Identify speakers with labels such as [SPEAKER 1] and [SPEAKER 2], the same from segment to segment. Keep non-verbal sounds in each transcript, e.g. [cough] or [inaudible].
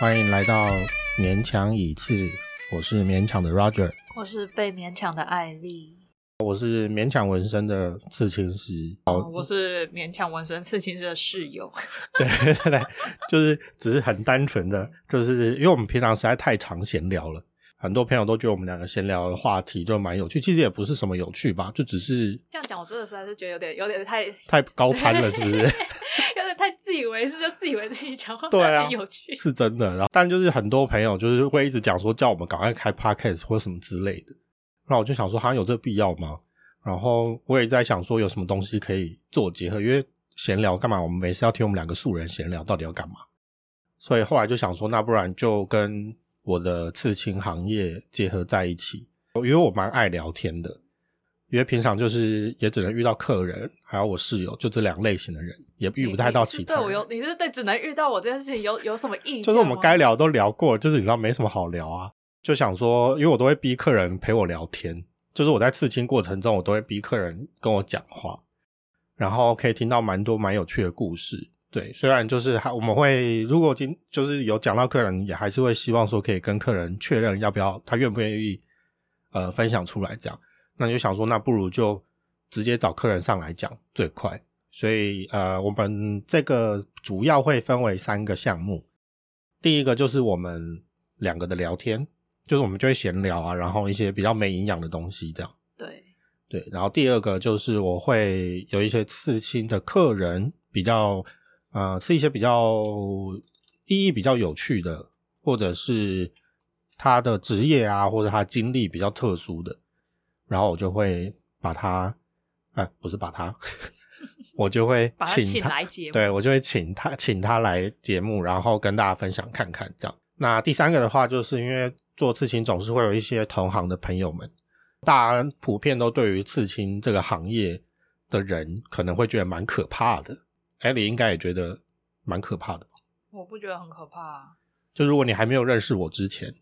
[SPEAKER 1] 欢迎来到勉强一次，我是勉强的 Roger，
[SPEAKER 2] 我是被勉强的艾丽。
[SPEAKER 1] 我是勉强纹身的刺青师。
[SPEAKER 2] 哦，我是勉强纹身刺青师的室友。 [laughs]
[SPEAKER 1] 对对对，就是只是很单纯的，就是因为我们平常实在太常闲聊了，很多朋友都觉得我们两个闲聊的话题就蛮有趣，其实也不是什么有趣吧，就只是
[SPEAKER 2] 这样讲，我真的实在是觉得有点有
[SPEAKER 1] [laughs]
[SPEAKER 2] 点太
[SPEAKER 1] 太高攀了，是不是？
[SPEAKER 2] 有点太自以为是，就自以为自己讲话
[SPEAKER 1] 对啊
[SPEAKER 2] 很有趣。
[SPEAKER 1] 是真的。然后，但就是很多朋友就是会一直讲说叫我们赶快开 podcast 或什么之类的。然后我就想说，好像有这必要吗？然后我也在想说，有什么东西可以做结合？因为闲聊干嘛？我们每次要听我们两个素人闲聊，到底要干嘛？所以后来就想说，那不然就跟我的刺青行业结合在一起，因为我蛮爱聊天的。因为平常就是也只能遇到客人，还有我室友，就这两类型的人，也 [laughs] 遇不太到其他人。
[SPEAKER 2] 你是对我有，你是对只能遇到我这件事情有有什么意见吗？
[SPEAKER 1] 就是我们该聊都聊过，就是你知道没什么好聊啊，就想说，因为我都会逼客人陪我聊天，就是我在刺青过程中，我都会逼客人跟我讲话，然后可以听到蛮多蛮有趣的故事。对，虽然就是还我们会，如果今就是有讲到客人，也还是会希望说可以跟客人确认要不要他愿不愿意呃分享出来这样。那你就想说，那不如就直接找客人上来讲最快。所以呃，我们这个主要会分为三个项目，第一个就是我们两个的聊天，就是我们就会闲聊啊，然后一些比较没营养的东西这样。
[SPEAKER 2] 对
[SPEAKER 1] 对，然后第二个就是我会有一些刺青的客人比较，呃，是一些比较意义比较有趣的，或者是他的职业啊，或者他经历比较特殊的，然后我就会把他，哎、不是把他， [laughs] 我就会
[SPEAKER 2] [laughs] 把他
[SPEAKER 1] 请
[SPEAKER 2] 请
[SPEAKER 1] 他
[SPEAKER 2] 来节目
[SPEAKER 1] 对我就会请他请他来节目，然后跟大家分享看看这样。那第三个的话，就是因为做刺青总是会有一些同行的朋友们，大家普遍都对于刺青这个行业的人可能会觉得蛮可怕的。艾莉应该也觉得蛮可怕的吧？
[SPEAKER 2] 我不觉得很可怕啊。
[SPEAKER 1] 就如果你还没有认识我之前，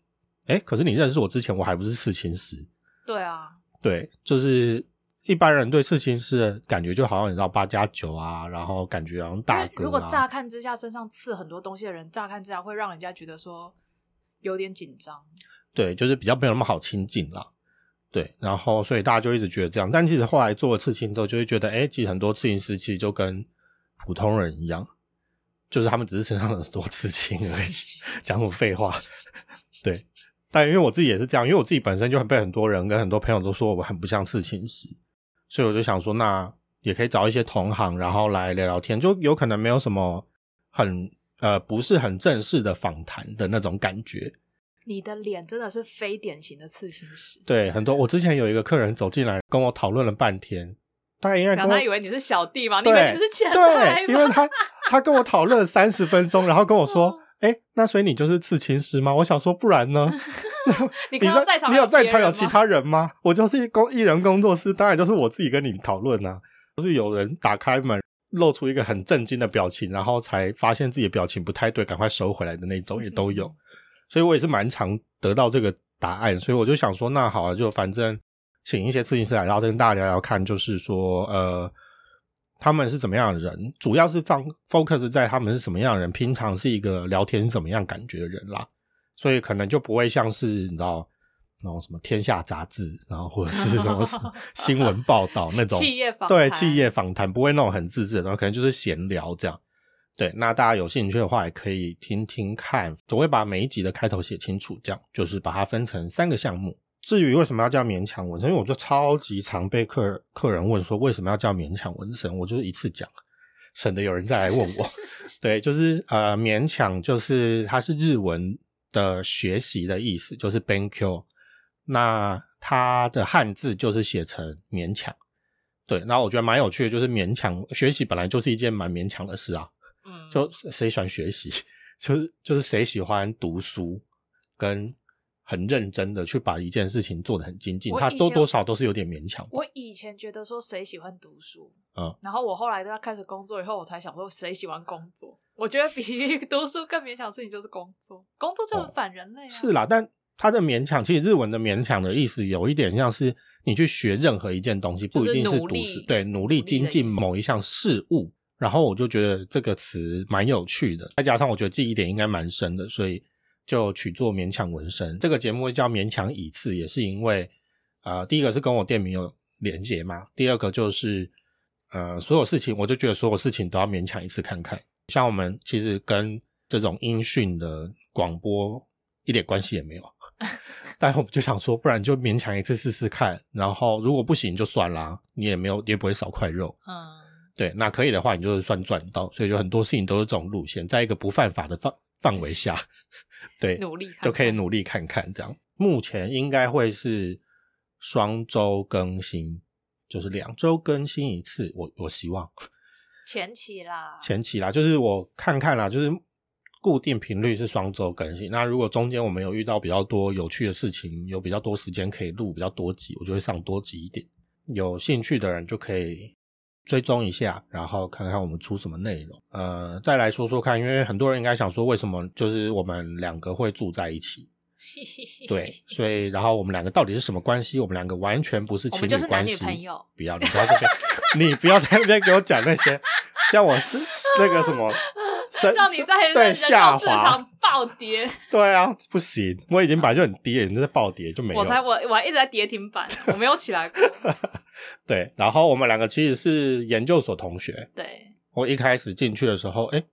[SPEAKER 1] 哎，可是你认识我之前，我还不是刺青师。
[SPEAKER 2] 对啊，
[SPEAKER 1] 对，就是一般人对刺青师的感觉，就好像你知道八加九啊，然后感觉好像
[SPEAKER 2] 因
[SPEAKER 1] 大
[SPEAKER 2] 为
[SPEAKER 1] 哥、啊。
[SPEAKER 2] 如果乍看之下身上刺很多东西的人，乍看之下会让人家觉得说有点紧张。
[SPEAKER 1] 对，就是比较没有那么好亲近啦。对，然后所以大家就一直觉得这样，但其实后来做了刺青之后，就会觉得，哎，其实很多刺青师其实就跟普通人一样，就是他们只是身上有很多刺青而已，讲什么废话？对，但因为我自己也是这样，因为我自己本身就很被很多人跟很多朋友都说我很不像刺青师，所以我就想说，那也可以找一些同行，然后来聊聊天，就有可能没有什么很呃不是很正式的访谈的那种感觉，
[SPEAKER 2] 你的脸真的是非典型的刺青师，
[SPEAKER 1] 对，很多我之前有一个客人走进来跟我讨论了半天，他应该跟
[SPEAKER 2] 让
[SPEAKER 1] 我
[SPEAKER 2] 他以为你是小弟嘛，你以为
[SPEAKER 1] 对
[SPEAKER 2] 你是前台
[SPEAKER 1] 对，因为
[SPEAKER 2] [laughs] 吗？
[SPEAKER 1] 他他跟我讨论三十分钟，然后跟我说
[SPEAKER 2] 哦：“
[SPEAKER 1] 哎、那所以你就是刺青师吗？”我想说，不然呢？
[SPEAKER 2] [laughs] 你
[SPEAKER 1] 你
[SPEAKER 2] 看到在场
[SPEAKER 1] 你有在场有
[SPEAKER 2] 别人
[SPEAKER 1] 其
[SPEAKER 2] 吗
[SPEAKER 1] 他人吗？我就是工艺人工作室，当然就是我自己跟你讨论啊。就是有人打开门，露出一个很震惊的表情，然后才发现自己的表情不太对，赶快收回来的那种也都有。所以我也是蛮常得到这个答案，所以我就想说，那好了，啊就反正请一些刺青师来，然后再跟大家聊聊看，就是说，呃，他们是怎么样的人，主要是放 focus 在他们是什么样的人，平常是一个聊天是怎么样感觉的人啦，所以可能就不会像是你知道。那种什么天下杂志，然后或者是什么新闻报道那种
[SPEAKER 2] 企业访
[SPEAKER 1] 对
[SPEAKER 2] 谈
[SPEAKER 1] 企业访谈，不会那种很自制的，然后可能就是闲聊这样。对，那大家有兴趣的话，也可以听听看。总会把每一集的开头写清楚，这样就是把它分成三个项目。至于为什么要叫勉强纹身，因为我就超级常被客客人问说为什么要叫勉强纹身，我就是一次讲，省得有人再来问我。
[SPEAKER 2] 是是是
[SPEAKER 1] [laughs]
[SPEAKER 2] 是
[SPEAKER 1] 对，就是呃，勉强就是它是日文的学习的意思，就是 BenQ。那它的汉字就是写成勉强。对，那我觉得蛮有趣的，就是勉强学习本来就是一件蛮勉强的事啊。
[SPEAKER 2] 嗯，
[SPEAKER 1] 就谁谁喜欢学习， [laughs] 就是就是谁喜欢读书，跟很认真的去把一件事情做得很精进，
[SPEAKER 2] 我
[SPEAKER 1] 他
[SPEAKER 2] 以
[SPEAKER 1] 多
[SPEAKER 2] 前
[SPEAKER 1] 多少都是有点勉强。
[SPEAKER 2] 我以前觉得说谁喜欢读书，
[SPEAKER 1] 嗯，
[SPEAKER 2] 然后我后来都要开始工作以后，我才想说谁喜欢工作。我觉得比读书更勉强的事情就是工作，工作就很反人类啊。
[SPEAKER 1] 哦是啦，但他的勉强，其实日文的勉强的意思有一点像是你去学任何一件东西，
[SPEAKER 2] 就
[SPEAKER 1] 不
[SPEAKER 2] 是
[SPEAKER 1] 一定是
[SPEAKER 2] 努
[SPEAKER 1] 读
[SPEAKER 2] 力
[SPEAKER 1] 书，对，努
[SPEAKER 2] 努力
[SPEAKER 1] 力
[SPEAKER 2] 的
[SPEAKER 1] 精进
[SPEAKER 2] 意思
[SPEAKER 1] 某一项事物，然后我就觉得这个词蛮有趣的，再加上我觉得记忆点应该蛮深的，所以就取作勉强纹身。这个节目叫勉强一次，也是因为呃，第一个是跟我店名有连结嘛，第二个就是呃，所有事情我就觉得所有事情都要勉强一次看看。像我们其实跟这种音讯的广播一点关系也没有，但我们就想说，不然就勉强一次试试看，然后如果不行就算啦，你也没有也不会少块肉。
[SPEAKER 2] 嗯，
[SPEAKER 1] 对，那可以的话，你就是算赚到，所以就很多事情都是这种路线，在一个不犯法的范范围下， [laughs] 对，
[SPEAKER 2] 努力看看
[SPEAKER 1] 就可以努力看看这样。目前应该会是双周更新，就是两周更新一次，我我希望
[SPEAKER 2] 前期啦， [laughs]
[SPEAKER 1] 前期啦，就是我看看啦，就是固定频率是双周更新。那如果中间我们有遇到比较多有趣的事情，有比较多时间可以录比较多集，我就会上多集一点。有兴趣的人就可以追踪一下，然后看看我们出什么内容。呃，再来说说看，因为很多人应该想说，为什么就是我们两个会住在一起？对，所以然后我们两个到底是什么关系？我们两个完全不是
[SPEAKER 2] 我
[SPEAKER 1] 情
[SPEAKER 2] 们就是
[SPEAKER 1] 侣关
[SPEAKER 2] 男
[SPEAKER 1] 系
[SPEAKER 2] 女，朋友
[SPEAKER 1] 不要，你不要这边， [laughs] 你不要在那边给我讲那些，像我是是那个什
[SPEAKER 2] [laughs]
[SPEAKER 1] 么，身
[SPEAKER 2] 让你在
[SPEAKER 1] 对
[SPEAKER 2] 人
[SPEAKER 1] 下
[SPEAKER 2] 肉市
[SPEAKER 1] 滑， [laughs]
[SPEAKER 2] 场暴跌，
[SPEAKER 1] 对啊，不行，我已经本来就很低了，你这是暴跌就没有
[SPEAKER 2] 我才我我还一直在跌停板，我没有起
[SPEAKER 1] [laughs]
[SPEAKER 2] 来过。
[SPEAKER 1] 对。然后我们两个其实是研究所同学，
[SPEAKER 2] 对，
[SPEAKER 1] 我一开始进去的时候，哎，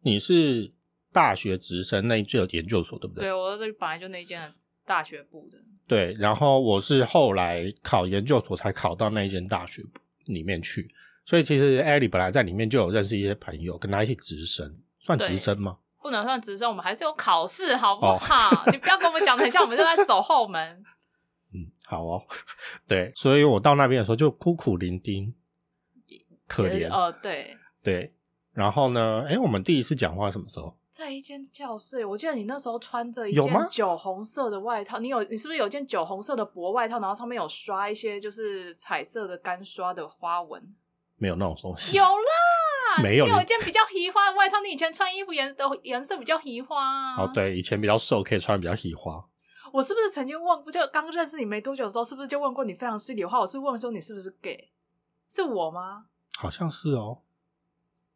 [SPEAKER 1] 你是大学直升那一届有研究所对不对？
[SPEAKER 2] 对我这本来就那一间大学部的，
[SPEAKER 1] 对，然后我是后来考研究所才考到那一间大学里面去，所以其实艾莉本来在里面就有认识一些朋友，跟她一起直升，算直
[SPEAKER 2] 对
[SPEAKER 1] 升吗？
[SPEAKER 2] 不能算直升，我们还是有考试，好
[SPEAKER 1] 哦
[SPEAKER 2] 不
[SPEAKER 1] [laughs]
[SPEAKER 2] 好？你不要跟我们讲的很像我们就在走后门。
[SPEAKER 1] 嗯，好哦， [laughs] 对，所以我到那边的时候就苦苦伶仃，可
[SPEAKER 2] 也是
[SPEAKER 1] 怜，
[SPEAKER 2] 呃，对，
[SPEAKER 1] 对。然后呢，哎，我们第一次讲话什么时候？
[SPEAKER 2] 在一间教室，我记得你那时候穿着一
[SPEAKER 1] 有吗
[SPEAKER 2] 件酒红色的外套，你有你是不是有一件酒红色的薄外套，然后上面有刷一些就是彩色的干刷的花纹？
[SPEAKER 1] 没有那种东西，
[SPEAKER 2] 有啊啦，
[SPEAKER 1] 没有
[SPEAKER 2] 你有
[SPEAKER 1] 你
[SPEAKER 2] 一件比较皮花的外套，你以前穿衣服颜的颜色比较皮花啊。
[SPEAKER 1] 哦，对，以前比较瘦，可以穿比较喜花，
[SPEAKER 2] 我是不是曾经问过，就刚认识你没多久的时候，是不是就问过你非常失礼的话？我是问说你是不是 gay，是我吗？
[SPEAKER 1] 好像是哦，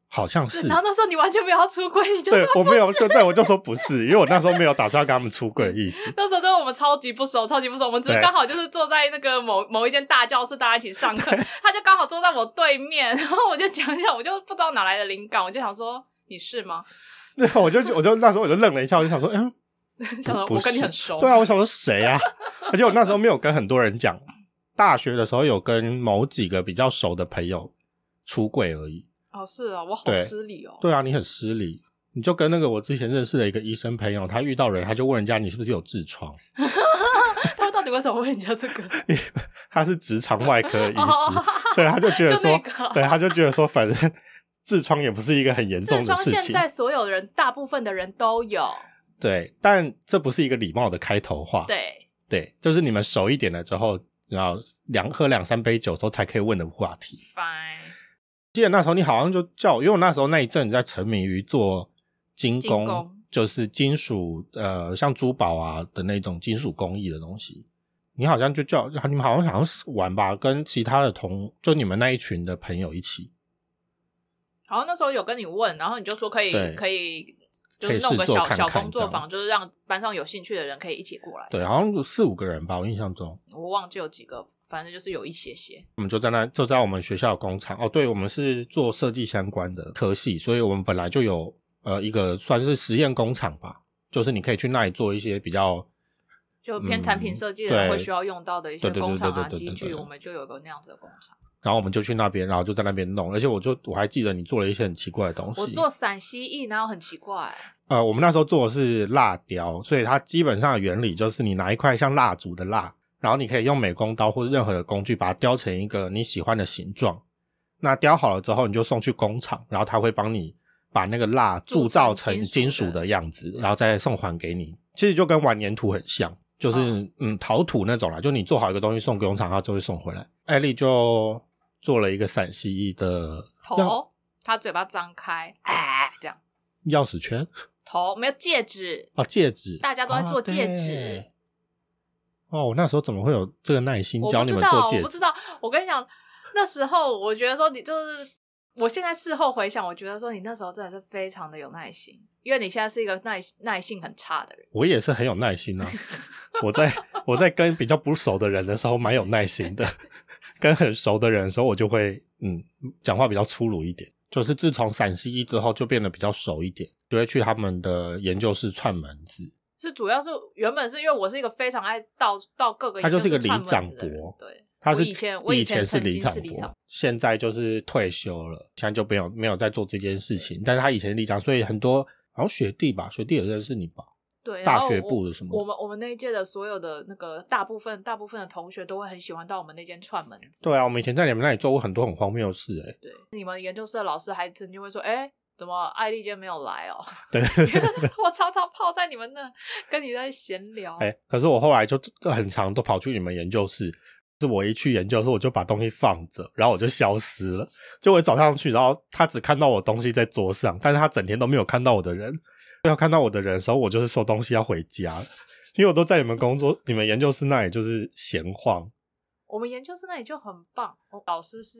[SPEAKER 1] 好像是。
[SPEAKER 2] 然后那时候你完全没有要出柜，你就
[SPEAKER 1] 对
[SPEAKER 2] 是，
[SPEAKER 1] 我没有说，对我就说不是，因为我那时候没有打算要跟他们出柜的意思。 [laughs]
[SPEAKER 2] 那时候真的我们超级不熟，超级不熟。我们只是
[SPEAKER 1] 对
[SPEAKER 2] 刚好就是坐在那个某某一间大教室，大家一起上课，他就刚好坐在我对面，然后我就想一想，我就不知道哪来的灵感，我就想说你是吗？ [laughs]
[SPEAKER 1] 对，我就我就那时候我就愣了一下，我就想说，嗯，
[SPEAKER 2] [laughs] 想说
[SPEAKER 1] 不
[SPEAKER 2] 我跟你
[SPEAKER 1] 是
[SPEAKER 2] 很熟，
[SPEAKER 1] 对啊，我想说谁啊？而且我那时候没有跟很多人讲，大学的时候有跟某几个比较熟的朋友出柜而已。
[SPEAKER 2] 哦是哦，我好
[SPEAKER 1] 对
[SPEAKER 2] 失礼哦，
[SPEAKER 1] 对啊，你很失礼，你就跟那个我之前认识的一个医生朋友，他遇到人他就问人家你是不是有痔疮，
[SPEAKER 2] 他们到底为什么会人家这个？
[SPEAKER 1] 他是直肠外科的医
[SPEAKER 2] 哦 [laughs]
[SPEAKER 1] 师，所以他就觉得
[SPEAKER 2] 就
[SPEAKER 1] 说
[SPEAKER 2] 那，个
[SPEAKER 1] 对，他就觉得说，反正 [laughs] 痔疮也不是一个很严重
[SPEAKER 2] 痔
[SPEAKER 1] 的
[SPEAKER 2] 疮
[SPEAKER 1] 事
[SPEAKER 2] 现
[SPEAKER 1] 情，啊
[SPEAKER 2] 在所有的人，大部分的人都有，
[SPEAKER 1] 对，但这不是一个礼貌的开头话，
[SPEAKER 2] 对
[SPEAKER 1] 对，就是你们熟一点了之后，然后两喝两三杯酒之后才可以问的话题。
[SPEAKER 2] ，fine，
[SPEAKER 1] 记得那时候你好像就叫我，因为我那时候那一阵子在沉迷于做精工，
[SPEAKER 2] 精工
[SPEAKER 1] 就是金属呃，像珠宝啊的那种金属工艺的东西。你好像就叫你们好像好像是玩吧，跟其他的同就你们那一群的朋友一起，
[SPEAKER 2] 然后那时候有跟你问，然后你就说可以
[SPEAKER 1] 对
[SPEAKER 2] 可以，就
[SPEAKER 1] 可以
[SPEAKER 2] 是弄个
[SPEAKER 1] 试做
[SPEAKER 2] 小
[SPEAKER 1] 看看
[SPEAKER 2] 小工
[SPEAKER 1] 这
[SPEAKER 2] 作
[SPEAKER 1] 样
[SPEAKER 2] 坊，就是让班上有兴趣的人可以一起过来。
[SPEAKER 1] 对，好像有四五个人吧，我印象中。
[SPEAKER 2] 我忘记有几个，反正就是有一些些。
[SPEAKER 1] 我们就在那就在我们学校的工厂哦，对，我们是做设计相关的科系，所以我们本来就有呃一个算是实验工厂吧，就是你可以去那里做一些比较
[SPEAKER 2] 就偏产品设计
[SPEAKER 1] 嗯
[SPEAKER 2] 的人会
[SPEAKER 1] 对
[SPEAKER 2] 需要用到的一
[SPEAKER 1] 对
[SPEAKER 2] 些
[SPEAKER 1] 对对
[SPEAKER 2] 工厂啊
[SPEAKER 1] 对对对
[SPEAKER 2] 机
[SPEAKER 1] 对对
[SPEAKER 2] 具，
[SPEAKER 1] 对
[SPEAKER 2] 我们就有个那样子的工厂。
[SPEAKER 1] 然后我们就去那边，然后就在那边弄，而且我就我还记得你做了一些很奇怪的东西。
[SPEAKER 2] 我做陕西艺，然后很奇怪，
[SPEAKER 1] 呃，我们那时候做的是蜡雕，所以它基本上的原理就是你拿一块像蜡烛的蜡，然后你可以用美工刀或者任何的工具把它雕成一个你喜欢的形状。那雕好了之后，你就送去工厂，然后他会帮你把那个蜡铸
[SPEAKER 2] 铸
[SPEAKER 1] 造
[SPEAKER 2] 成
[SPEAKER 1] 成金
[SPEAKER 2] 金属
[SPEAKER 1] 属
[SPEAKER 2] 的
[SPEAKER 1] 的样子，然后再送还给你。其实就跟玩粘土很像，就是、
[SPEAKER 2] 嗯
[SPEAKER 1] 嗯陶土那种啦，就你做好一个东西送给工厂，它就会送回来。艾丽就做了一个陕西的钥
[SPEAKER 2] 头，他嘴巴张开，哎，这样，
[SPEAKER 1] 钥匙圈
[SPEAKER 2] 头没有戒指，
[SPEAKER 1] 啊，戒指，
[SPEAKER 2] 大家都在做戒指
[SPEAKER 1] 啊。对哦，我那时候怎么会有这个耐心
[SPEAKER 2] 我
[SPEAKER 1] 教
[SPEAKER 2] 不
[SPEAKER 1] 你
[SPEAKER 2] 知
[SPEAKER 1] 们
[SPEAKER 2] 道，
[SPEAKER 1] 做
[SPEAKER 2] 我
[SPEAKER 1] 戒
[SPEAKER 2] 不
[SPEAKER 1] 指？
[SPEAKER 2] 知道。我跟你讲，那时候我觉得说你就是我现在事后回想，我觉得说你那时候真的是非常的有耐心，因为你现在是一个耐耐性很差的人。
[SPEAKER 1] 我也是很有耐心
[SPEAKER 2] [laughs]
[SPEAKER 1] 啊。我在我在跟比较不熟的人的时候蛮有耐心的，跟很熟的人的时候我就会嗯讲话比较粗鲁一点。就是自从陕西一之后就变得比较熟一点，就会去他们的研究室串门子。
[SPEAKER 2] 是主要是原本是因为我是一个非常爱到到各个
[SPEAKER 1] 他就是
[SPEAKER 2] 一
[SPEAKER 1] 个里长伯
[SPEAKER 2] 博，对，
[SPEAKER 1] 他是
[SPEAKER 2] 我以前我
[SPEAKER 1] 你
[SPEAKER 2] 以
[SPEAKER 1] 以前是
[SPEAKER 2] 曾经
[SPEAKER 1] 李
[SPEAKER 2] 是
[SPEAKER 1] 长
[SPEAKER 2] 里长
[SPEAKER 1] 博，，现在就是退休了，现在就没有没有在做这件事情。但是他以前是里长，所以很多好像学弟吧，学弟也认识你吧？
[SPEAKER 2] 对，
[SPEAKER 1] 大
[SPEAKER 2] 然后
[SPEAKER 1] 学
[SPEAKER 2] 我
[SPEAKER 1] 部的什么的
[SPEAKER 2] 我们我们那一届的所有的那个大部分大部分的同学都会很喜欢到我们那间串门子。
[SPEAKER 1] 对啊，我们以前在你们那里做过很多很荒谬的事、欸，
[SPEAKER 2] 对，你们研究室的老师还曾经会说，哎。怎么艾丽今天没有来
[SPEAKER 1] [laughs]
[SPEAKER 2] 哦？
[SPEAKER 1] 对
[SPEAKER 2] 我常常泡在你们那，跟你在闲聊。
[SPEAKER 1] 哎、可是我后来就很常都跑去你们研究室，是我一去研究室我就把东西放着，然后我就消失了。就我早上去，然后他只看到我东西在桌上，但是他整天都没有看到我的人。要看到我的人的时候，我就是收东西要回
[SPEAKER 2] [laughs]
[SPEAKER 1] 家，因为我都在你们工作、你们研究室那里就是闲晃。
[SPEAKER 2] 我们研究生那里就很棒，我老师是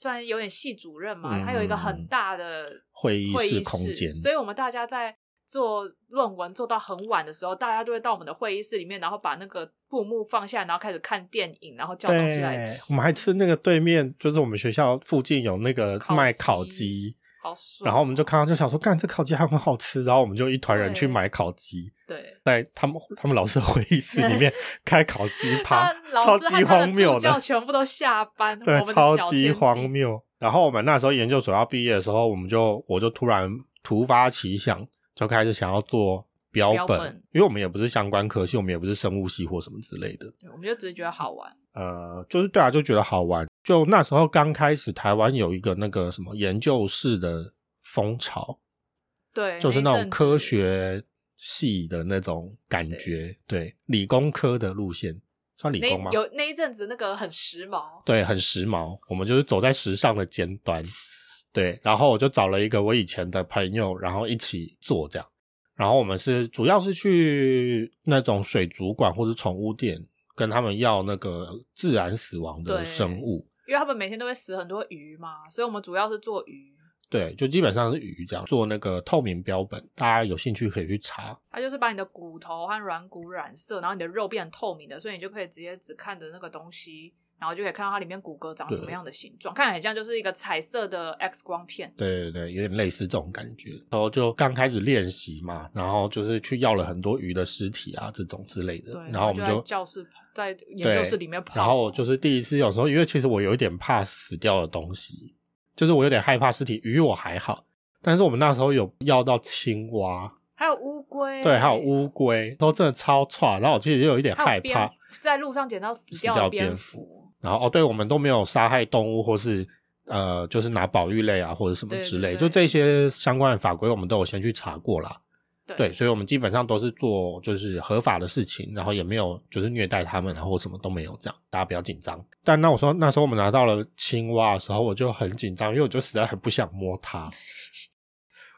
[SPEAKER 2] 虽然有点系主任嘛，
[SPEAKER 1] 嗯
[SPEAKER 2] 他有一个很大的
[SPEAKER 1] 会议室
[SPEAKER 2] 会议室
[SPEAKER 1] 空间
[SPEAKER 2] 所以我们大家在做论文做到很晚的时候，大家都会到我们的会议室里面，然后把那个布幕放下，然后开始看电影，然后叫东西来吃，
[SPEAKER 1] 我们还吃那个对面，就是我们学校附近有那个
[SPEAKER 2] 烤
[SPEAKER 1] 卖
[SPEAKER 2] 鸡
[SPEAKER 1] 烤鸡，
[SPEAKER 2] 好爽。
[SPEAKER 1] 然后我们就看到就想说，干这烤鸡还很好吃，然后我们就一团人去
[SPEAKER 2] 对
[SPEAKER 1] 买烤鸡。
[SPEAKER 2] 对。
[SPEAKER 1] 在他们他们老师的会议室
[SPEAKER 2] [laughs]
[SPEAKER 1] 里面开烤鸡趴
[SPEAKER 2] 他，
[SPEAKER 1] 超
[SPEAKER 2] 老师
[SPEAKER 1] 级
[SPEAKER 2] 和他
[SPEAKER 1] 荒
[SPEAKER 2] 的
[SPEAKER 1] 谬
[SPEAKER 2] 助教
[SPEAKER 1] 的，
[SPEAKER 2] 全部都下班，
[SPEAKER 1] 对
[SPEAKER 2] 我，们的
[SPEAKER 1] 超
[SPEAKER 2] 小
[SPEAKER 1] 级
[SPEAKER 2] 天地
[SPEAKER 1] 荒。谬。然后我们那时候研究所要毕业的时候，我们就我就突然突发奇想，就开始想要做标本，
[SPEAKER 2] 标本
[SPEAKER 1] 因为我们也不是相关科系，我们也不是生物系或什么之类的。
[SPEAKER 2] 对我们就只是觉得好玩，
[SPEAKER 1] 呃，就是对啊，就觉得好玩。就那时候刚开始，台湾有一个那个什么研究室的风潮，
[SPEAKER 2] 对，
[SPEAKER 1] 就是
[SPEAKER 2] 那
[SPEAKER 1] 那种
[SPEAKER 2] 一阵子
[SPEAKER 1] 科学系的那种感觉，对，理工科的路线算理
[SPEAKER 2] 那
[SPEAKER 1] 工吗？
[SPEAKER 2] 有那一阵子那个很时髦，
[SPEAKER 1] 对，很时髦，我们就是走在时尚的尖
[SPEAKER 2] [laughs]
[SPEAKER 1] 端，对。然后我就找了一个我以前的朋友，然后一起做这样。然后我们是主要是去那种水族馆或是宠物店，跟他们要那个自然死亡的
[SPEAKER 2] 对
[SPEAKER 1] 生物，
[SPEAKER 2] 因为他们每天都会死很多鱼嘛，所以我们主要是做鱼。
[SPEAKER 1] 对，就基本上是鱼这样做那个透明标本，大家有兴趣可以去查。
[SPEAKER 2] 它就是把你的骨头和软骨染色，然后你的肉变成透明的，所以你就可以直接只看着那个东西，然后就可以看到它里面骨骼长什么样的形状，看起来很像就是一个彩色的 X 光片。
[SPEAKER 1] 对对对，有点类似这种感觉。然后就刚开始练习嘛，然后就是去要了很多鱼的尸体啊这种之类的
[SPEAKER 2] 对，，
[SPEAKER 1] 然后我们
[SPEAKER 2] 就在教室在研究室里面跑，
[SPEAKER 1] 然后我就是第一次，有时候因为其实我有一点怕死掉的东西，就是我有点害怕尸体。鱼我还好，但是我们那时候有要到青蛙，
[SPEAKER 2] 还有乌龟，
[SPEAKER 1] 对，还有乌龟，都真的超差。然后我其实也有一点
[SPEAKER 2] 还
[SPEAKER 1] 害
[SPEAKER 2] 有蝙
[SPEAKER 1] 怕。
[SPEAKER 2] 蝠在路上捡到死掉
[SPEAKER 1] 死掉
[SPEAKER 2] 的
[SPEAKER 1] 蝙
[SPEAKER 2] 蝠，
[SPEAKER 1] 然后哦，对，我们都没有杀害动物，或是呃，就是拿保育类啊，或者什么
[SPEAKER 2] 对
[SPEAKER 1] 之
[SPEAKER 2] 对
[SPEAKER 1] 类，
[SPEAKER 2] 对
[SPEAKER 1] 就这些相关的法规，我们都有先去查过啦。对，所以我们基本上都是做就是合法的事情，然后也没有就是虐待他们，然后什么都没有这样，大家不要紧张。但那我说那时候我们拿到了青蛙的时候，我就很紧张，因为我就实在很不想摸
[SPEAKER 2] [laughs]
[SPEAKER 1] 它，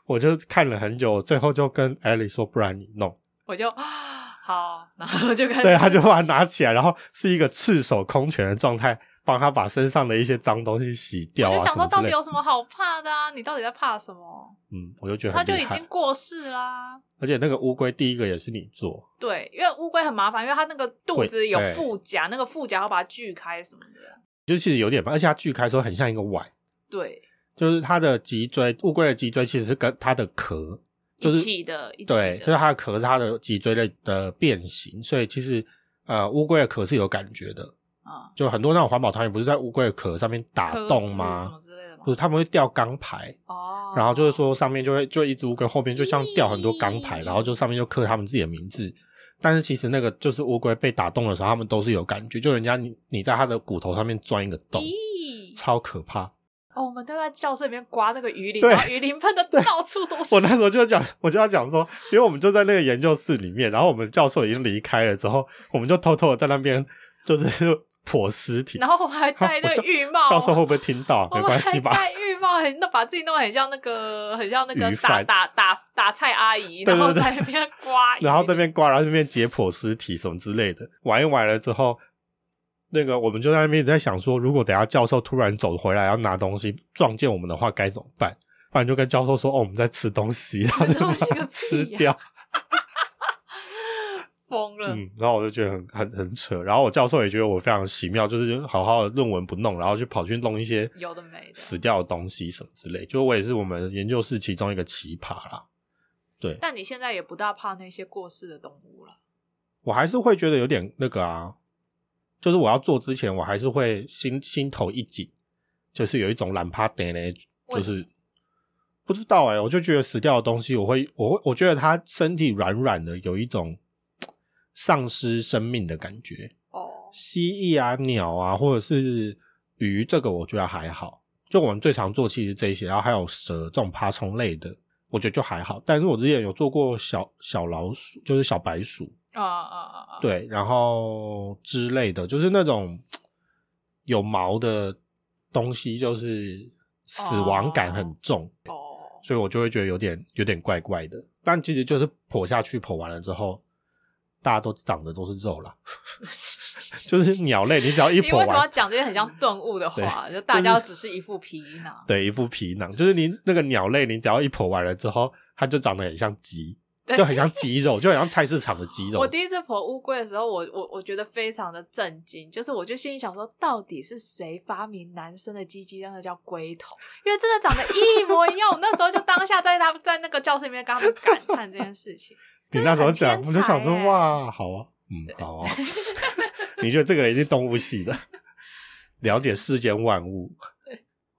[SPEAKER 1] 我就看了很久，最后就跟艾莉说，不然你弄。
[SPEAKER 2] 我就啊好，然后就开 [laughs] 始
[SPEAKER 1] 对，他就把它拿起来，然后是一个赤手空拳的状态，帮他把身上的一些脏东西洗掉
[SPEAKER 2] 我
[SPEAKER 1] 啊
[SPEAKER 2] 就想
[SPEAKER 1] 什
[SPEAKER 2] 说
[SPEAKER 1] 么
[SPEAKER 2] 到
[SPEAKER 1] 之
[SPEAKER 2] 底
[SPEAKER 1] 类。
[SPEAKER 2] 有什么好怕的啊？你到底在怕什么？
[SPEAKER 1] 嗯，我就觉得
[SPEAKER 2] 它
[SPEAKER 1] 很
[SPEAKER 2] 就
[SPEAKER 1] 厉
[SPEAKER 2] 已
[SPEAKER 1] 害
[SPEAKER 2] 经。过世啦、
[SPEAKER 1] 而且那个乌龟第一个也是你做，
[SPEAKER 2] 对，因为乌龟很麻烦，因为它那个肚子有
[SPEAKER 1] 会对
[SPEAKER 2] 腹夹，那个腹夹要把它锯开什么的。
[SPEAKER 1] 就其实有点吧，而且它锯开的时候很像一个碗。
[SPEAKER 2] 对，
[SPEAKER 1] 就是它的脊椎，乌龟的脊椎其实是跟它的壳，就是
[SPEAKER 2] 一起的，一起的
[SPEAKER 1] 对，就是它的壳是它的脊椎的的变形，所以其实呃，乌龟的壳是有感觉的。
[SPEAKER 2] 啊，
[SPEAKER 1] 就很多那种环保团体不是在乌龟的壳上面打
[SPEAKER 2] 壳
[SPEAKER 1] 洞
[SPEAKER 2] 子什
[SPEAKER 1] 吗
[SPEAKER 2] 么？之类的吗
[SPEAKER 1] 就是？他们会吊钢牌，
[SPEAKER 2] 哦，
[SPEAKER 1] 然后就是说上面就会就一只乌龟后面就像吊很多钢牌，
[SPEAKER 2] 咦
[SPEAKER 1] 然后就上面就刻他们自己的名字。但是其实那个就是乌龟被打洞的时候，他们都是有感觉，就人家你你在它的骨头上面钻一个洞，
[SPEAKER 2] 咦，
[SPEAKER 1] 超可怕。
[SPEAKER 2] 哦，我们都在教室里面刮那个鱼鳞，
[SPEAKER 1] 对
[SPEAKER 2] 然后鱼鳞喷的到处都是。
[SPEAKER 1] 我那时候就讲，我就要讲说，因为我们就在那个研究室里面，然后我们教授已经离开了之后，我们就偷偷的在那边就是 [laughs] 剖尸体。
[SPEAKER 2] 然后我还戴那
[SPEAKER 1] 我教
[SPEAKER 2] 个浴帽，
[SPEAKER 1] 教授会不会听到？
[SPEAKER 2] 我
[SPEAKER 1] 没
[SPEAKER 2] 们
[SPEAKER 1] 关系
[SPEAKER 2] 还
[SPEAKER 1] 吧。
[SPEAKER 2] 戴浴帽很，那把自己弄得很像那个，很像那个
[SPEAKER 1] 鱼
[SPEAKER 2] 打
[SPEAKER 1] 贩
[SPEAKER 2] 打打打菜阿姨，
[SPEAKER 1] 对对
[SPEAKER 2] 然后
[SPEAKER 1] 对
[SPEAKER 2] 在那边刮鱼，
[SPEAKER 1] 然后这边刮，然后这边解剖尸体什么之类的，玩一玩了之后，那个我们就在那边一直在想说，如果等下教授突然走回来要拿东西撞见我们的话，该怎么办？不然就跟教授说哦，我们在吃东西，然后就把
[SPEAKER 2] 东西个屁
[SPEAKER 1] 它
[SPEAKER 2] 呀
[SPEAKER 1] 吃掉。
[SPEAKER 2] 疯了，
[SPEAKER 1] 嗯，然后我就觉得很很很扯。然后我教授也觉得我非常奇妙，就是好好的论文不弄，然后就跑去弄一些
[SPEAKER 2] 有的没的
[SPEAKER 1] 死掉的东西什么之类。就我也是我们研究室其中一个奇葩啦。对，
[SPEAKER 2] 但你现在也不大怕那些过世的动物了，
[SPEAKER 1] 我还是会觉得有点那个啊，就是我要做之前，我还是会心心头一紧，就是有一种懒趴点嘞，
[SPEAKER 2] 为
[SPEAKER 1] 就
[SPEAKER 2] 什
[SPEAKER 1] 是不知道哎、我就觉得死掉的东西，我会我会我觉得它身体软软的，有一种嘖丧失生命的感觉。
[SPEAKER 2] 哦，
[SPEAKER 1] 蜥蜴啊、鸟啊，或者是鱼，这个我觉得还好。就我们最常做其实这一些，然后还有蛇这种爬虫类的，我觉得就还好。但是我之前有做过小小老鼠，就是小白鼠，
[SPEAKER 2] 啊啊啊啊，
[SPEAKER 1] 对，然后之类的，就是那种有毛的东西，就是死亡感很重，
[SPEAKER 2] 哦，
[SPEAKER 1] 所以我就会觉得有点有点怪怪的。但其实就是剖下去，剖完了之后，大家都长的都是肉
[SPEAKER 2] [laughs]
[SPEAKER 1] 啦。就是鸟类，你只要一
[SPEAKER 2] 你为
[SPEAKER 1] 剖
[SPEAKER 2] 什么要
[SPEAKER 1] 完，
[SPEAKER 2] 讲这些很像顿悟
[SPEAKER 1] [laughs]
[SPEAKER 2] 的话？就大
[SPEAKER 1] 就是
[SPEAKER 2] 家只是一副皮囊，
[SPEAKER 1] 对，一副皮囊，就是你那个鸟类，你只要一剖完了之后，它就长得很像鸡，
[SPEAKER 2] 对
[SPEAKER 1] 就很像鸡肉，就很像菜市场的鸡肉
[SPEAKER 2] 我。第一次剖乌龟的时候，我我我觉得非常的震惊，就是我就心里想说，到底是谁发明男生的鸡鸡让它叫龟头？因为真的长得一模一样。我那时候就当下在他在那个教室里面跟他们感叹这件事情。
[SPEAKER 1] 你那时候讲，
[SPEAKER 2] 真的
[SPEAKER 1] 我就
[SPEAKER 2] 很天才
[SPEAKER 1] 想说
[SPEAKER 2] 欸，
[SPEAKER 1] 哇，好啊，嗯，好
[SPEAKER 2] [laughs]
[SPEAKER 1] 啊。你觉得这个人是动物系的，了解世间万物。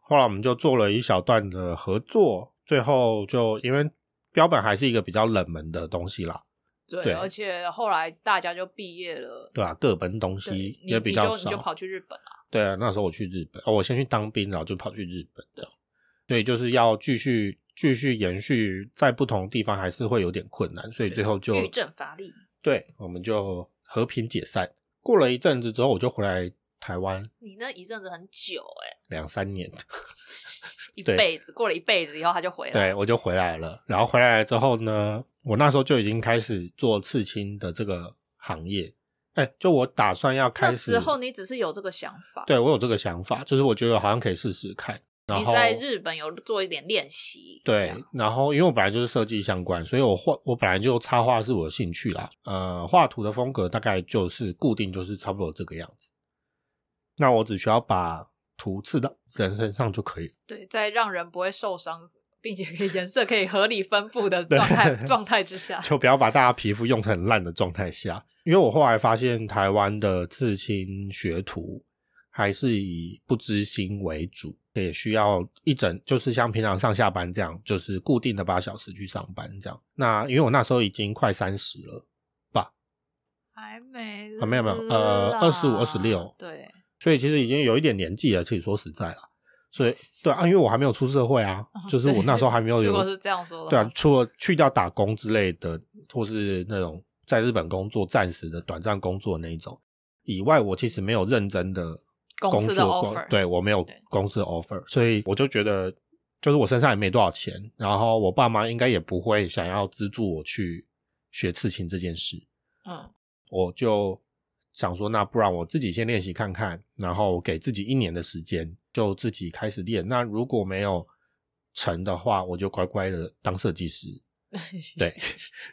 [SPEAKER 1] 后来我们就做了一小段的合作，最后就因为标本还是一个比较冷门的东西啦，
[SPEAKER 2] 对，
[SPEAKER 1] 对
[SPEAKER 2] 而且后来大家就毕业了，
[SPEAKER 1] 对吧、啊各本东
[SPEAKER 2] 对
[SPEAKER 1] 西
[SPEAKER 2] 你
[SPEAKER 1] 也比较
[SPEAKER 2] 你就你就
[SPEAKER 1] 少
[SPEAKER 2] 跑。去日本了。
[SPEAKER 1] 对啊，那时候我去日本，哦，我先去当兵，然后就跑去日本这样。对，就是要继续继续延续，在不同地方还是会有点困难，所以最后就
[SPEAKER 2] 对郁症乏力。
[SPEAKER 1] 对，我们就和平解散。过了一阵子之后，我就回来台湾
[SPEAKER 2] 你那一阵子很久哎、
[SPEAKER 1] 两三年，
[SPEAKER 2] 一
[SPEAKER 1] 对
[SPEAKER 2] 辈子过了一辈子以后，他就回来。
[SPEAKER 1] 对我就回来了。然后回来之后呢，我那时候就已经开始做刺青的这个行业。哎，就我打算要开
[SPEAKER 2] 那
[SPEAKER 1] 始，
[SPEAKER 2] 时候你只是有这个想法，
[SPEAKER 1] 对我有这个想法，就是我觉得好像可以试试看。然
[SPEAKER 2] 你
[SPEAKER 1] 后
[SPEAKER 2] 在日本有做一点练习，这
[SPEAKER 1] 对
[SPEAKER 2] 样，
[SPEAKER 1] 然后因为我本来就是设计相关，所以我画我本来就插画是我的兴趣啦。呃，画图的风格大概就是固定，就是差不多这个样子。那我只需要把图刺到人身上就可以了。
[SPEAKER 2] 对，在让人不会受伤，并且可以 [laughs] 颜色可以合理分布的状态状态之下，
[SPEAKER 1] 就不要把大家皮肤用成很烂的状态下。因为我后来发现，台湾的刺青学徒还是以不知心为主，也需要一整就是像平常上下班这样，就是固定的八小时去上班这样。那因为我那时候已经快三十了，
[SPEAKER 2] 还没
[SPEAKER 1] 啊没有没有呃
[SPEAKER 2] 啦
[SPEAKER 1] 25 26
[SPEAKER 2] 对，
[SPEAKER 1] 所以其实已经有一点年纪了。其实说实在啦，所以对啊，因为我还没有出社会啊，就是我那时候还没有
[SPEAKER 2] 哦 [laughs] 如
[SPEAKER 1] 有
[SPEAKER 2] 果是这样说的，
[SPEAKER 1] 对啊，，除了去掉打工之类的，或是那种在日本工作暂时的短暂工作那一种以外，我其实没有认真的
[SPEAKER 2] 公
[SPEAKER 1] 工
[SPEAKER 2] 司
[SPEAKER 1] 作
[SPEAKER 2] 的
[SPEAKER 1] 过
[SPEAKER 2] offer
[SPEAKER 1] 对我没有
[SPEAKER 2] 对
[SPEAKER 1] 公司的 offer，所以我就觉得，就是我身上也没多少钱，然后我爸妈应该也不会想要资助我去学刺青这件事，
[SPEAKER 2] 嗯，
[SPEAKER 1] 我就想说，那不然我自己先练习看看，然后给自己一年的时间，就自己开始练。那如果没有成的话，我就乖乖的当设计师。对，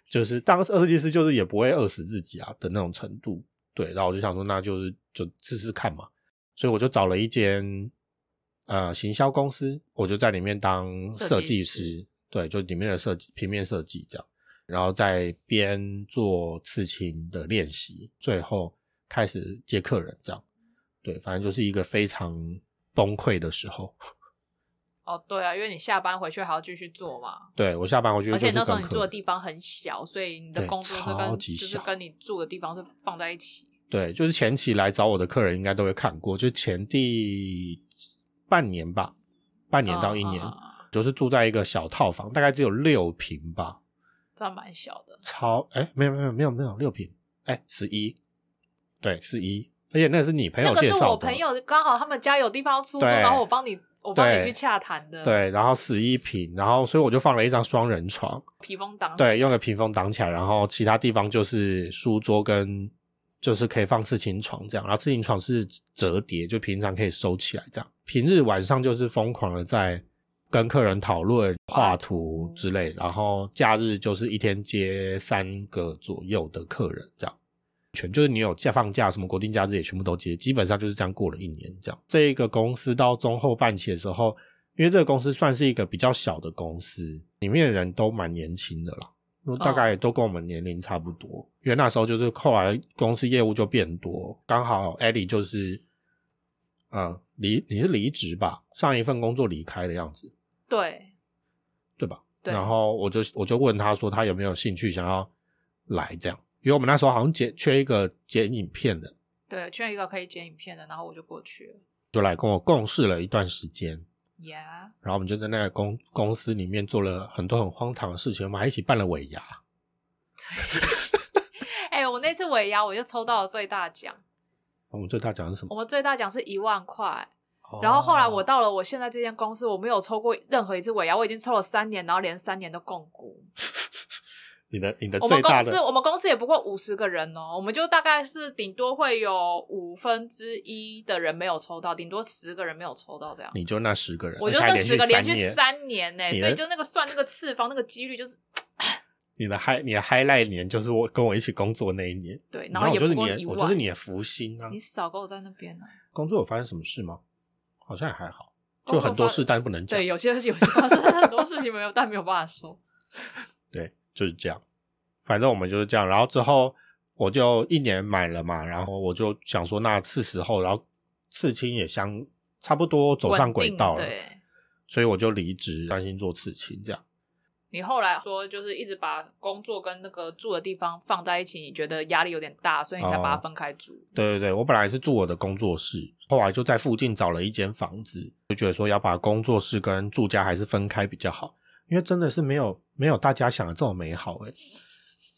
[SPEAKER 1] 就是当设计师，就是也不会饿死自己啊的那种程度。对，然后我就想说，那就是就试试看嘛。所以我就找了一间呃行销公司，我就在里面当
[SPEAKER 2] 设
[SPEAKER 1] 设
[SPEAKER 2] 计
[SPEAKER 1] 计
[SPEAKER 2] 师
[SPEAKER 1] 师，对，就里面的设计平面设计这样，然后在边做刺青的练习，最后开始接客人这样。对，反正就是一个非常崩溃的时候。
[SPEAKER 2] [laughs] 哦对啊，因为你下班回去还要继续做嘛。
[SPEAKER 1] 对我下班回去就
[SPEAKER 2] 而
[SPEAKER 1] 是
[SPEAKER 2] 且
[SPEAKER 1] 跟客人，
[SPEAKER 2] 那时候你住的地方很小，所以你的
[SPEAKER 1] 对
[SPEAKER 2] 工作是
[SPEAKER 1] 超
[SPEAKER 2] 跟
[SPEAKER 1] 级
[SPEAKER 2] 就是
[SPEAKER 1] 小
[SPEAKER 2] 跟你住的地方是放在一起。
[SPEAKER 1] 对，就是前期来找我的客人应该都会看过，就前第半年吧，半年到一年，
[SPEAKER 2] 嗯嗯嗯嗯
[SPEAKER 1] 就是住在一个小套房，大概只有六平吧，
[SPEAKER 2] 这样蛮小的。
[SPEAKER 1] 超哎没有没有没有没有六平，哎十一，对十一，而且那是你朋
[SPEAKER 2] 那
[SPEAKER 1] 友
[SPEAKER 2] 个
[SPEAKER 1] 介
[SPEAKER 2] 是
[SPEAKER 1] 绍的，
[SPEAKER 2] 我朋友刚好他们家有地方要出租，
[SPEAKER 1] 对
[SPEAKER 2] 然后我帮你我帮你
[SPEAKER 1] 对
[SPEAKER 2] 去洽谈的。，
[SPEAKER 1] 对，然后十一平，然后所以我就放了一张双人床，
[SPEAKER 2] 披风挡起
[SPEAKER 1] 对，用个屏风挡起来，然后其他地方就是书桌跟就是可以放刺青床这样，然后刺青床是折叠，就平常可以收起来这样。平日晚上就是疯狂的在跟客人讨论画图之类，然后假日就是一天接三个左右的客人这样。全就是你有假放假，什么国定假日也全部都接，基本上就是这样过了一年这样。这一个公司到中后半期的时候，因为这个公司算是一个比较小的公司，里面的人都蛮年轻的啦，那大概都跟我们年龄差不多。因为那时候就是后来公司业务就变多，刚好艾 l 就是，呃，离你是离职吧，上一份工作离开的样子，
[SPEAKER 2] 对
[SPEAKER 1] 对吧？
[SPEAKER 2] 对，
[SPEAKER 1] 然后我就我就问他说他有没有兴趣想要来这样，因为我们那时候好像剪缺一个剪影片的，
[SPEAKER 2] 对，缺一个可以剪影片的，然后我就过去了。
[SPEAKER 1] 就来跟我共事了一段时间。
[SPEAKER 2] Yeah，
[SPEAKER 1] 然后我们就在那个公公司里面做了很多很荒唐的事情，我们还一起办了尾牙。
[SPEAKER 2] 哎、我那次尾牙我就抽到了最大奖，
[SPEAKER 1] 我们最大奖是什
[SPEAKER 2] 我
[SPEAKER 1] 么？
[SPEAKER 2] 们最大奖是一万块。
[SPEAKER 1] 哦
[SPEAKER 2] 哦然后后来我到了我现在这间公司，我没有抽过任何一次尾牙，我已经抽了三年，然后连三年都共股。
[SPEAKER 1] 你的你的
[SPEAKER 2] 我
[SPEAKER 1] 最
[SPEAKER 2] 们
[SPEAKER 1] 大
[SPEAKER 2] 公司
[SPEAKER 1] 的
[SPEAKER 2] 我们公司也不过五十个人哦，我们就大概是顶多会有五分之一的人没有抽到，顶多十个人没有抽到这样。
[SPEAKER 1] 你就那十个人，
[SPEAKER 2] 我
[SPEAKER 1] 而
[SPEAKER 2] 就
[SPEAKER 1] 且还
[SPEAKER 2] 那十个连
[SPEAKER 1] 连
[SPEAKER 2] 续
[SPEAKER 1] 年，
[SPEAKER 2] 三年呢、
[SPEAKER 1] 你的
[SPEAKER 2] 所以就那个算那个次方那个几率就是
[SPEAKER 1] 你的 high 你的 highlight 年就是我跟我一起工作那一年，
[SPEAKER 2] 对，
[SPEAKER 1] 然
[SPEAKER 2] 后
[SPEAKER 1] 我
[SPEAKER 2] 也
[SPEAKER 1] 就
[SPEAKER 2] 不
[SPEAKER 1] 是你
[SPEAKER 2] 过
[SPEAKER 1] 的
[SPEAKER 2] 一
[SPEAKER 1] 我
[SPEAKER 2] 万。
[SPEAKER 1] 就是你的福星啊
[SPEAKER 2] 你！少跟我在那边呢、啊。
[SPEAKER 1] 工作有发生什么事吗？好像也还好，
[SPEAKER 2] 工
[SPEAKER 1] 就
[SPEAKER 2] 作
[SPEAKER 1] 很多
[SPEAKER 2] 发
[SPEAKER 1] 事但不能讲
[SPEAKER 2] 对，，有些有些发生很多事情没有，但没有办法说。
[SPEAKER 1] 对，就是这样。反正我们就是这样，然后之后我就一年买了嘛，然后我就想说，那是时候，然后刺青也相差不多走上轨道
[SPEAKER 2] 稳
[SPEAKER 1] 了
[SPEAKER 2] 定，对，
[SPEAKER 1] 所以我就离职，专心做刺青这样。
[SPEAKER 2] 你后来说就是一直把工作跟那个住的地方放在一起，你觉得压力有点大，所以你才把它分开住。
[SPEAKER 1] 哦对对对，我本来是住我的工作室，后来就在附近找了一间房子，就觉得说要把工作室跟住家还是分开比较好，因为真的是没有没有大家想的这么美好诶、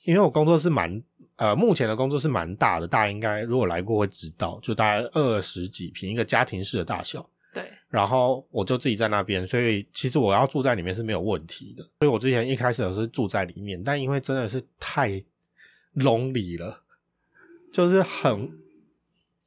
[SPEAKER 1] 因为我工作室蛮呃，目前的工作室蛮大的，大家应该如果来过会知道，就大概二十几平，一个家庭式的大小。
[SPEAKER 2] 对，
[SPEAKER 1] 然后我就自己在那边，所以其实我要住在里面是没有问题的。所以我之前一开始是住在里面，但因为真的是太 lonely 了，就是很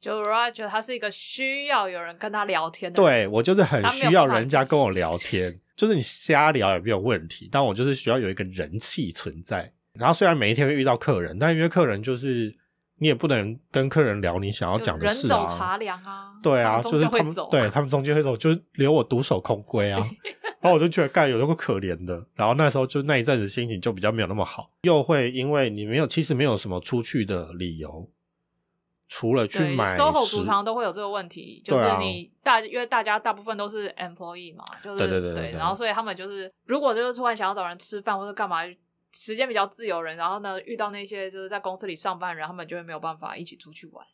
[SPEAKER 2] 就 r o 觉得他是一个需要有人跟他聊天的人。
[SPEAKER 1] 对我就是很
[SPEAKER 2] 他没有
[SPEAKER 1] 需要
[SPEAKER 2] 办法
[SPEAKER 1] 人家
[SPEAKER 2] 自己
[SPEAKER 1] 跟我
[SPEAKER 2] [laughs]
[SPEAKER 1] 聊天，就是你瞎聊也没有问题，但我就是需要有一个人气存在。然后虽然每一天会遇到客人，但因为客人就是你也不能跟客人聊你想要
[SPEAKER 2] 就
[SPEAKER 1] 讲的
[SPEAKER 2] 人
[SPEAKER 1] 事
[SPEAKER 2] 走
[SPEAKER 1] 啊，
[SPEAKER 2] 茶凉啊，
[SPEAKER 1] 对啊，
[SPEAKER 2] 他们
[SPEAKER 1] 就是
[SPEAKER 2] 终
[SPEAKER 1] 他
[SPEAKER 2] 究会
[SPEAKER 1] 们
[SPEAKER 2] 走， [laughs]
[SPEAKER 1] 对他们中间会走，就是留我独守空闺啊。然后我就觉得干有那么可怜的，然后那时候就那一阵子心情就比较没有那么好，又会因为你没有其实没有什么出去的理由，除了去
[SPEAKER 2] 对
[SPEAKER 1] 买
[SPEAKER 2] ，SOHO
[SPEAKER 1] 食
[SPEAKER 2] 主常都会有这个问题，就
[SPEAKER 1] 对
[SPEAKER 2] 是
[SPEAKER 1] 啊
[SPEAKER 2] 你大、因为大家大部分都是 employee 嘛，就是
[SPEAKER 1] 对对对对对
[SPEAKER 2] 然后所以他们就是如果就是突然想要找人吃饭或者干嘛，时间比较自由人，然后呢遇到那些就是在公司里上班的人，他们就会没有办法一起出去玩。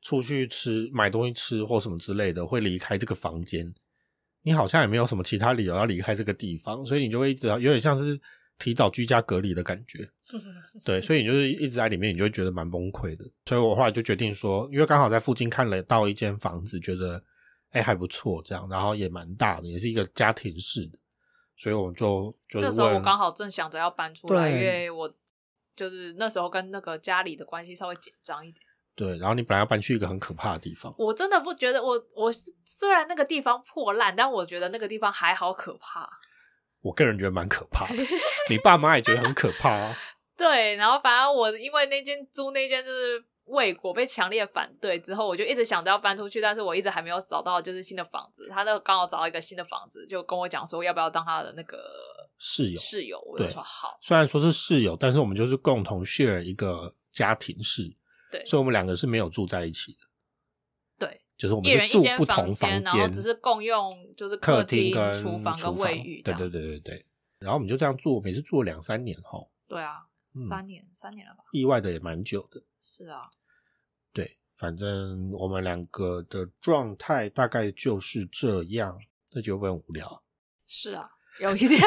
[SPEAKER 1] 出去吃买东西吃或什么之类的，会离开这个房间，你好像也没有什么其他理由要离开这个地方，所以你就会一直有点像是提早居家隔离的感
[SPEAKER 2] [laughs]
[SPEAKER 1] 觉。对，所以你就是一直在里面，你就会觉得蛮崩溃的。所以我后来就决定说，因为刚好在附近看了到一间房子，觉得哎、还不错，这样，然后也蛮大的，也是一个家庭式的，所以我就就是
[SPEAKER 2] 那时候我
[SPEAKER 1] 问
[SPEAKER 2] 刚好正想着要搬出来，
[SPEAKER 1] 对
[SPEAKER 2] 因为我就是那时候跟那个家里的关系稍微紧张一点。
[SPEAKER 1] 对，然后你本来要搬去一个很可怕的地方，
[SPEAKER 2] 我真的不觉得我我是虽然那个地方破烂，但我觉得那个地方还好可怕。
[SPEAKER 1] 我个人觉得蛮可怕
[SPEAKER 2] [laughs]
[SPEAKER 1] 的，你爸妈也觉得很可怕啊。
[SPEAKER 2] 对，然后反正我因为那间租那间就是未果被强烈反对之后，我就一直想着要搬出去，但是我一直还没有找到就是新的房子。他那个刚好找到一个新的房子，就跟我讲说要不要当他的那个
[SPEAKER 1] 室友
[SPEAKER 2] 室友，我就
[SPEAKER 1] 对
[SPEAKER 2] 说好。
[SPEAKER 1] 虽然说是室友，但是我们就是共同 share 一个家庭室，
[SPEAKER 2] 对
[SPEAKER 1] 所以我们两个是没有住在一起的，
[SPEAKER 2] 对，
[SPEAKER 1] 就是我们
[SPEAKER 2] 一人
[SPEAKER 1] 是
[SPEAKER 2] 一
[SPEAKER 1] 住
[SPEAKER 2] 间
[SPEAKER 1] 不同
[SPEAKER 2] 间，然后
[SPEAKER 1] 间，
[SPEAKER 2] 只是共用就是
[SPEAKER 1] 客
[SPEAKER 2] 厅、
[SPEAKER 1] 跟
[SPEAKER 2] 厨
[SPEAKER 1] 房
[SPEAKER 2] 跟卫浴
[SPEAKER 1] 对
[SPEAKER 2] 这
[SPEAKER 1] 对
[SPEAKER 2] 样。
[SPEAKER 1] 对对对。然后我们就这样住，我们也是住了两三年哈，
[SPEAKER 2] 对啊，
[SPEAKER 1] 嗯
[SPEAKER 2] 三年三年了吧？
[SPEAKER 1] 意外的也蛮久的。
[SPEAKER 2] 是啊，
[SPEAKER 1] 对，反正我们两个的状态大概就是这样。这就会不会很无聊？ [laughs]
[SPEAKER 2] 是啊，有一点。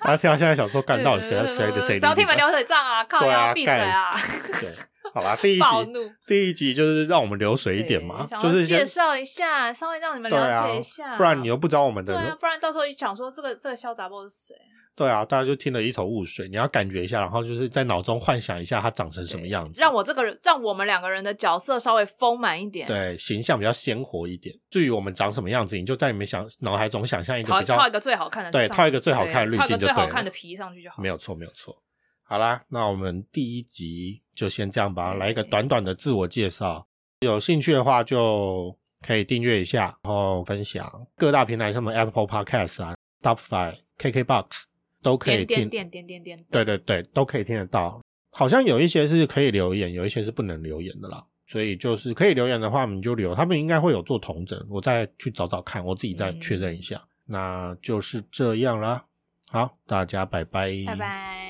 [SPEAKER 1] 然后听到现在想说，干到底谁要谁的谁理你们？
[SPEAKER 2] 只要听你
[SPEAKER 1] [laughs]
[SPEAKER 2] 们流水账啊，靠，
[SPEAKER 1] 对
[SPEAKER 2] 要
[SPEAKER 1] 啊，
[SPEAKER 2] 闭嘴啊！
[SPEAKER 1] 干对，好吧，第一
[SPEAKER 2] [laughs] 暴
[SPEAKER 1] 集
[SPEAKER 2] 怒。
[SPEAKER 1] 第一集就是让我们流水一点嘛，
[SPEAKER 2] 对
[SPEAKER 1] 就是
[SPEAKER 2] 想要
[SPEAKER 1] 先
[SPEAKER 2] 介绍一下，稍微让你们
[SPEAKER 1] 对
[SPEAKER 2] 了
[SPEAKER 1] 啊
[SPEAKER 2] 解一下，
[SPEAKER 1] 不然你又不知道我们的
[SPEAKER 2] 对啊，不然到时候一想说这个这个肖杂波是谁？
[SPEAKER 1] 对啊，大家就听了一头雾水。你要感觉一下，然后就是在脑中幻想一下它长成什么样子，
[SPEAKER 2] 让我这个人，让我们两个人的角色稍微丰满一点。，
[SPEAKER 1] 对形象比较鲜活一点。至于我们长什么样子，你就在你们想脑海中想象一个
[SPEAKER 2] 套
[SPEAKER 1] 比较
[SPEAKER 2] 套一个最好看的
[SPEAKER 1] 对，
[SPEAKER 2] 上
[SPEAKER 1] 套一个
[SPEAKER 2] 去
[SPEAKER 1] 最好看的
[SPEAKER 2] 对
[SPEAKER 1] 滤
[SPEAKER 2] 套一
[SPEAKER 1] 镜
[SPEAKER 2] 个
[SPEAKER 1] 就
[SPEAKER 2] 最好
[SPEAKER 1] 了
[SPEAKER 2] 看的皮上去就好
[SPEAKER 1] 没有错，没有错。好啦，那我们第一集就先这样吧，来一个
[SPEAKER 2] 对
[SPEAKER 1] 短短的自我介绍。有兴趣的话就可以订阅一下，然后分享各大平台，什么 Apple Podcast 啊、Spotify、KKBox 都可以
[SPEAKER 2] 点
[SPEAKER 1] 听
[SPEAKER 2] 点。点点点点，
[SPEAKER 1] 对对对，都可以听得到。好像有一些是可以留言，有一些是不能留言的啦。所以就是可以留言的话，你就留。他们应该会有做同整，我再去找找看，我自己再嗯确认一下。那就是这样啦。好，大家拜拜，
[SPEAKER 2] 拜拜。